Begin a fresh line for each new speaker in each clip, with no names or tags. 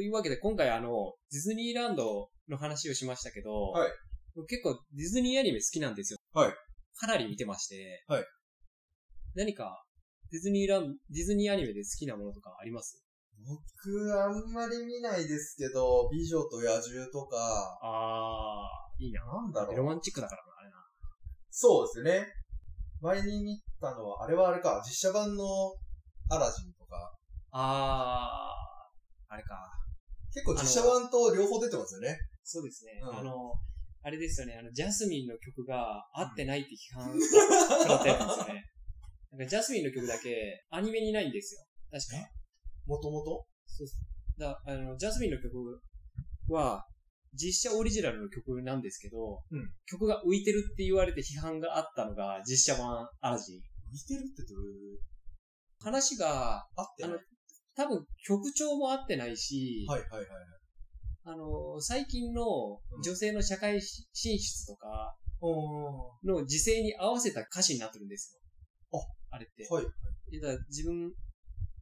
いうわけで、今回あの、ディズニーランドの話をしましたけど、
はい
結構ディズニーアニメ好きなんですよ。
はい
かなり見てまして、
はい
何か、ディズニーラン、ディズニーアニメで好きなものとかあります
僕、あんまり見ないですけど、美女と野獣とか、
あー、いいな。
なんだ
ロ
ろう。
マンチックだからな、あれな。
そうですね。前に見たのは、あれはあれか、実写版のアラジンとか、
あー、あれか。
結構実写版と両方出てますよね。
そうですね。
うん
あの、あれですよね、あの、ジャスミンの曲が合ってないって批判食らったやつですよ ね。なんか、ジャスミンの曲だけ、アニメにないんですよ。確か。
もともと
そうそうだあの、ジャスミンの曲は、実写オリジナルの曲なんですけど、
うん
曲が浮いてるって言われて批判があったのが実写版アラジン。
見てるってどういう、
話が、
合ってる
あの多分曲調も合ってないし、
はいはいはい。
あの、最近の
うん
女性の社会進出とか
お
の時勢に合わせた歌詞になってるんですよ。あれって。
はい。
えだから自分、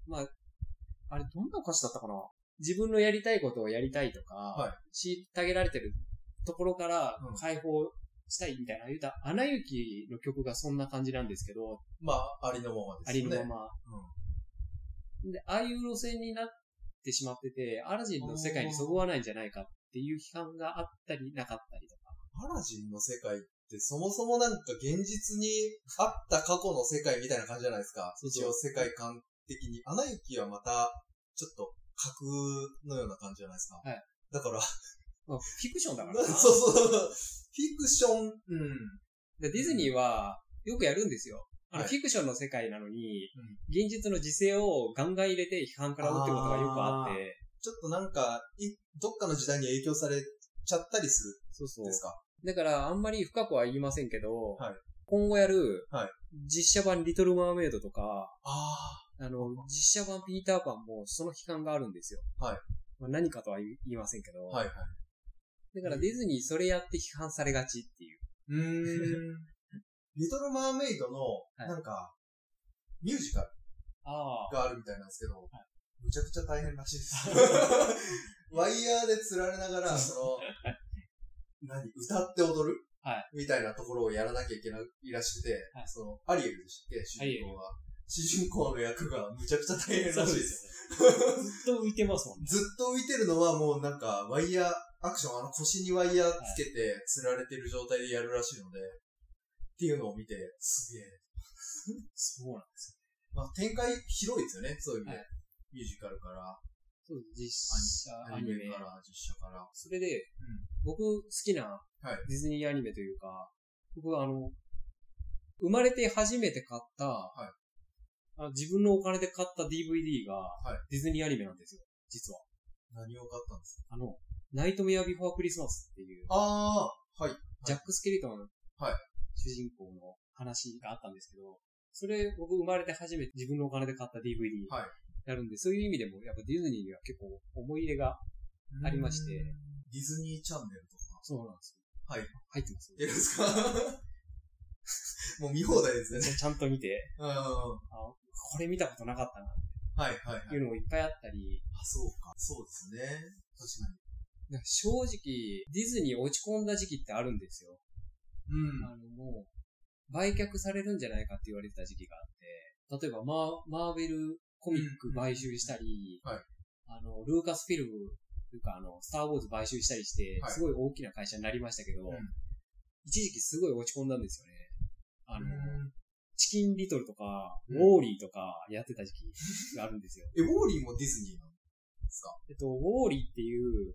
まあ、あれどんな歌詞だったかな自分のやりたいことをやりたいとか、
は
虐げられてるところから
うん
解放したいみたいな、言うたら、アナ雪の曲がそんな感じなんですけど、
まあ、ありのままで
あ
す
り
よね。
のまま。で、ああいう路線になってしまってて、アラジンの世界にそぐわないんじゃないかっていう批判があったりなかったりとか。
アラジンの世界ってそもそもなんか現実にあった過去の世界みたいな感じじゃないですか。
そうそう
一応世界観的に。アナ雪はまた、ちょっと架空のような感じじゃないですか。
はい
だから、
まあ、フィクショ ンだからな
そうそうそう。フィクション、うん。
でディズニーはよくやるんですよ。あの、
はい
フィクションの世界なのに、
うん
現実の時勢をガンガン入れて批判から打ってことがよくあっ
あー
て、
ちょっとなんか、いどっかの時代に影響されちゃったりす
そうそ
るんですか
だから、あんまり深くは言いませんけど、
はい
今後やる
はい、
実写版リトル・マーメイドとか、
あ
あの、実写版ピーターパンもその批判があるんですよ。
はい
まあ、何かとは言い言いませんけど、
あ、はいはい。
だからディズニーそれやって批判されがちっていう。
うーん。 リトルマーメイドの、
い
なんか、ミュージカル
ああ。
があるみたいなんですけど、むちゃくちゃ大変らし いです。ワイヤーで釣られながら、その、何、歌って踊る、
はい
みたいなところをやらなきゃいけないらしくて、
はい
その、アリエルでしたっけ主
アリエ
人
ル
公が。主人公の役がむちゃくちゃ大変らしいです。
そうですよ ねずっと浮いてますもんね。
ずっと浮いてるのはもうなんか、ワイヤー、アクション、あの腰にワイヤーつけて、釣られてる状態でやるらしいので、っていうのを見て、すげえ。
そうなんですよ
まあ、展開広いですよね、そういう意味で。
は
ミュージカルから、
そうです。実写
ア
アニ
ニ
メ
メ。から、実写から。
それで、僕好きなディズニーアニメというか、僕はあの、生まれて初めて買った、
い
あの自分のお金で買った DVD が
い
ディズニーアニメなんですよ、実は。
何を買ったんですか
あの、ナイトメアビフォークリスマスっていう、
ああ、はい。
ジャック・スケリトン、
はい
主人公の話があったんですけど、それ僕生まれて初めて自分のお金で買った DVD
はい
やるんで、そういう意味でもやっぱディズニーには結構思い入れがありまして
うん。ディズニーチャンネルとか、
そうなんです
はい
よ。入ってます、
出るんですか もう見放題ですね。
ちゃんと見て、
うん。は
あこれ見たことなかったない
はいはい。
っていうのもいっぱいあったり、
あ、そうか。そうですね。確かに。
なんか正直、ディズニー落ち込んだ時期ってあるんですよ。
うん
あの、もう、売却されるんじゃないかって言われてた時期があって、例えばマー、マーベルコミック買収したり、
うんはい
あの、ルーカスフィルムというか、あの、スターウォーズ買収したりして、
はい
すごい大きな会社になりましたけど、
うん
一時期すごい落ち込んだんですよね。あの、
うん
チキンリトルとか、
うん
ウォーリーとかやってた時期があるんですよ。
え、ウォーリーもディズニーなの
えっと、ウォーリーっていう、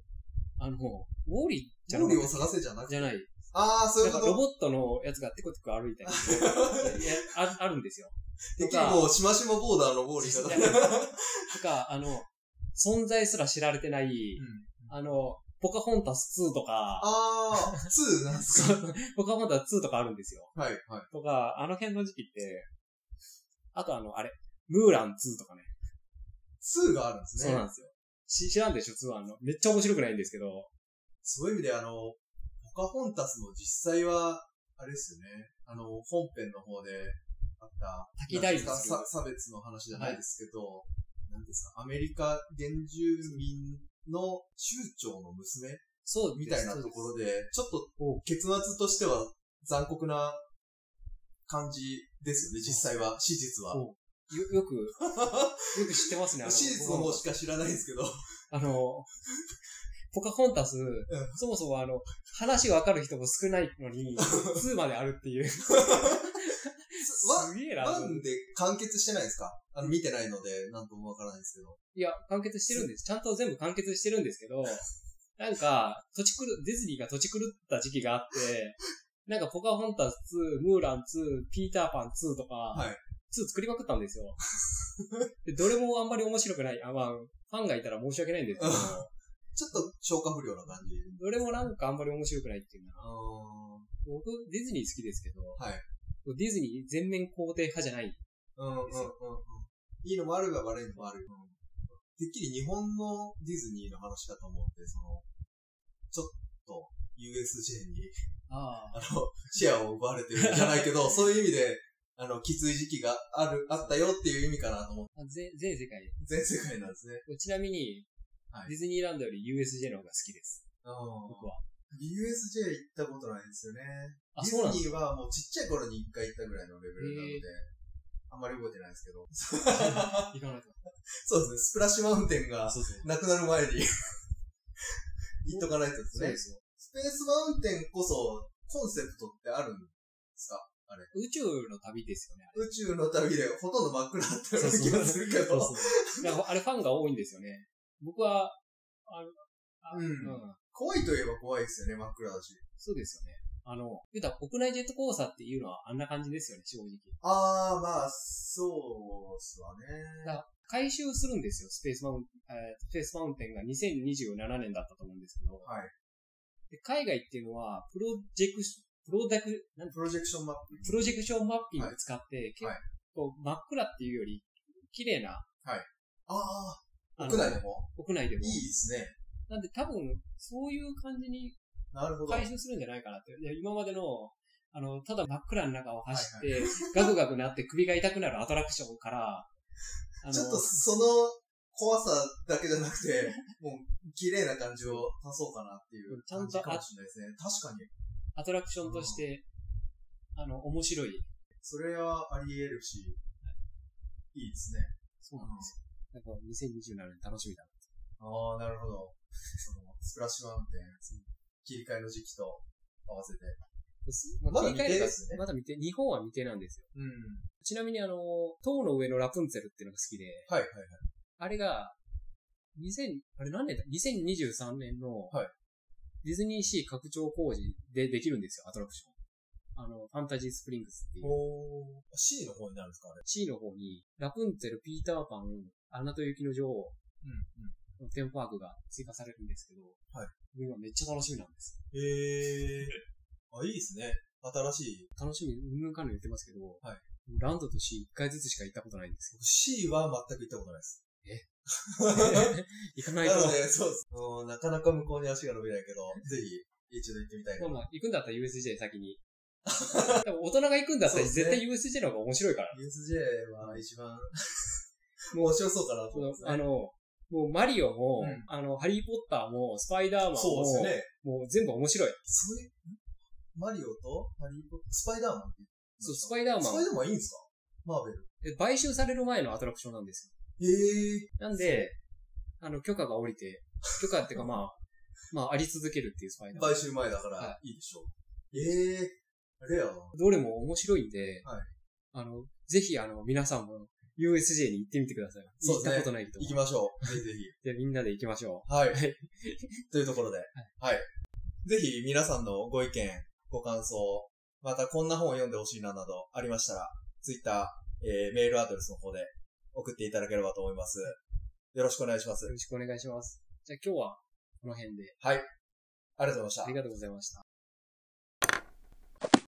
あの、ウォーリーじゃ
ウォ
な
ー
く
リ
て
ーを探せじゃなくて。
じゃない。
ああ、そうい
な
うん
か
こ
ロ
と。
ボットのやつがテコテコ歩いたりいやあ、あるんですよ。
てっきり
とか
もう、しましまボーダーのウォーリー
いや
だと。
とか、あの、存在すら知られてない、
うん
あの、ポカホンタス2とか、
ああ、2なんす
そう ポカホンタス2とかあるんですよ。
か。はい、はい。
とか、あの辺の時期って、あとあの、あれ、ムーラン2とかね。
2があるんです
そうな
ね
ん。ですよ。し知らんでしょ、2はあの、めっちゃ面白くないんですけど、
そういう意味で、あの、ポカホンタスも実際は、あれですよね。あの、本編の方であった、
滝大豆
なん
す
です
る
かさ差別の話じゃないですけど、なんですか、アメリカ原住民の州長の娘
そう
み
で
た
す
いなところ
そう
で、ちょっと
お
結末としては残酷な感じですよね、実際は、史実は。
ですよよ く、よく知ってますね。あの
史実の方しか知らないんですけど、
あの、ポカホンタス、そもそもあの、話わかる人も少ないの に、2まであるっていう。すげえな。
ワンで完結してないですかあの、見てないので、なんともわからないですけど。
いや、完結してるんです。ちゃんと全部完結してるんですけ ど、なんか、土地狂う、ディズニーが土地狂った時期があ って、なんかポカホンタス2、ムーラン2、ピーターパン2とか、
はい
2作りまくったん ですよ。でどれもあんまり面白くない。あ、まあ、ファンがいたら申し訳ないんですけど、
ちょっと消化不良な感じ。
どれもなんかあんまり面白くないっていうのは、
あー
僕、ディズニー好きですけど、
はい
ディズニー全面肯定派じゃない。
うんうんうんうん。いいのもあるが悪いのもある。うんてっきり日本のディズニーの話かと思って、その、ちょっと USJ に、
あ
あの、シェアを奪われてるんじゃない けど、そういう意味で、あの、きつい時期がある、あったよっていう意味かなと思って、
あ。ぜ全世界。
全世界なんですね。
ちなみに、
はい
ディズニーランドより USJ の方が好きです。僕は。
USJ 行ったことないんですよね。
あ、
デ
そうなんで
ィズ
す
ニーはもうちっちゃい頃に一回行ったぐらいのレベルなので
へ、
あんまり覚えてないですけど。
行かないと。
そうですね、スプラッシュマウンテンが
そうそう。
なくなる 前に言っとかないとです
そう
ね
で。すよ。
スペースマウンテンこそコンセプトってあるんですか
宇宙の旅ですよね、あ
宇宙の旅でほとんど真っ暗だったような気がするけ
れ。
ど。
そうだからあれファンが多いんですよね。僕は、あの、あ
うん怖いといえば怖いですよね、真っ暗だし。
そうですよね。あの、言うたら屋内ジェット交差っていうのはあんな感じですよね、正直。
あー、まあ、そうっすわね。
回収するんですよ、スペースマウン、えースペースマウンテンが2027年だったと思うんですけど。
はい
で海外っていうのは、プロジェクシプロダク、なん
プロジェクションマップ。
プロジェクションマッピングを使って、
はいはい
結構真っ暗っていうより、綺麗な、
あ
あの
ー、屋内でも
屋内でも
いい。ですね。
なんで多分、そういう感じに
なるほど。
回収するんじゃないかなって。いや今までの、あの、ただ真っ暗の中を走って、ガクガクなって首が痛くなるアトラクションから、あの
ちょっとその怖さだけじゃな くて、もう綺麗な感じを足そうかなっていう
ちゃん
感
と
じかもしれないですね。確かに。
アトラクションとして、あの、面白い。
それはあり得るし、いいですね。
そうなんですよ。なんか2027年楽しみだ
ああ、なるほど。その、スプラッシュマウンテン、切り替えの時期と合わせて。
な。
まだ
切り替えれば
未定ですね
まだ未定。日本は未定なんですよ。
うん。
ちなみにあの、塔の上のラプンツェルっていうのが好きで、
はいは
あ
いはい。
れが、2000、あれ何年だ ?2023 年の、
はい
ディズニーシー拡張工事でできるんですよ、アトラクション。あの、ファンタジースプリングスっていう。
おー。C の方になるんですかあれ。
C の方に、ラプンツェル、ピーターパン、アナと雪の女王
うんうん。
のテーマパークが追加されるんですけど、
はい
僕今めっちゃ楽しみなんです。
へえ。あ、いいですね。新しい。
楽しみ、うんぬんかんぬん言ってますけど、
は
ランドと C 一回ずつしか行ったことないんです
僕 C は全く行ったことないです。
よ。行かないと
な。ので、そうです。うんなかなか向こうに足が伸びないけど、ぜひ、一度行ってみたいな
まあ。まあ、行くんだったら USJ 先に。でも大人が行くんだったら
そうです
絶
ね
対 USJ の方が面白いから。
USJ は一番、 もう面白そうかなと思うんです
あ
ね。
の、もうマリオも、
うん
あの、ハリーポッターも、スパイダーマンも、
そうですよね。
もう全部面白い。
そういう、んマリオとハリーポッタースパイダーマンって言ってました
そう、スパイダーマ
スパイ
ン、
ダーマンいいんですかマーベル。
え買収される前のアトラクションなんです
ええ
よ。なんで、あの、許可が下りて、許可っていうかまあ、 まあ、あり続けるっていうスパイダーマン
買。収前だから
はい
いでしょう。ええレアだな。
どれも面白いんで、
はい
あの、ぜひ、あの、皆さんも、USJ に行ってみてください。
そう
行
で
った
すね
ことない人も
行きましょう。ぜひぜひ。
じゃあみんなで行きましょ
はい
はい。
というところで。はい。ぜひ皆さんのご意見、ご感想、またこんな本を読んでほしいななどありましたら、ツイッター、えーメールアドレスの方で送っていただければと思います。よろしくお願いしま
う。
す
よ。ろしくお願いします。じゃあ今日は、この辺で、
ありがとうございました
あり。がとうございました。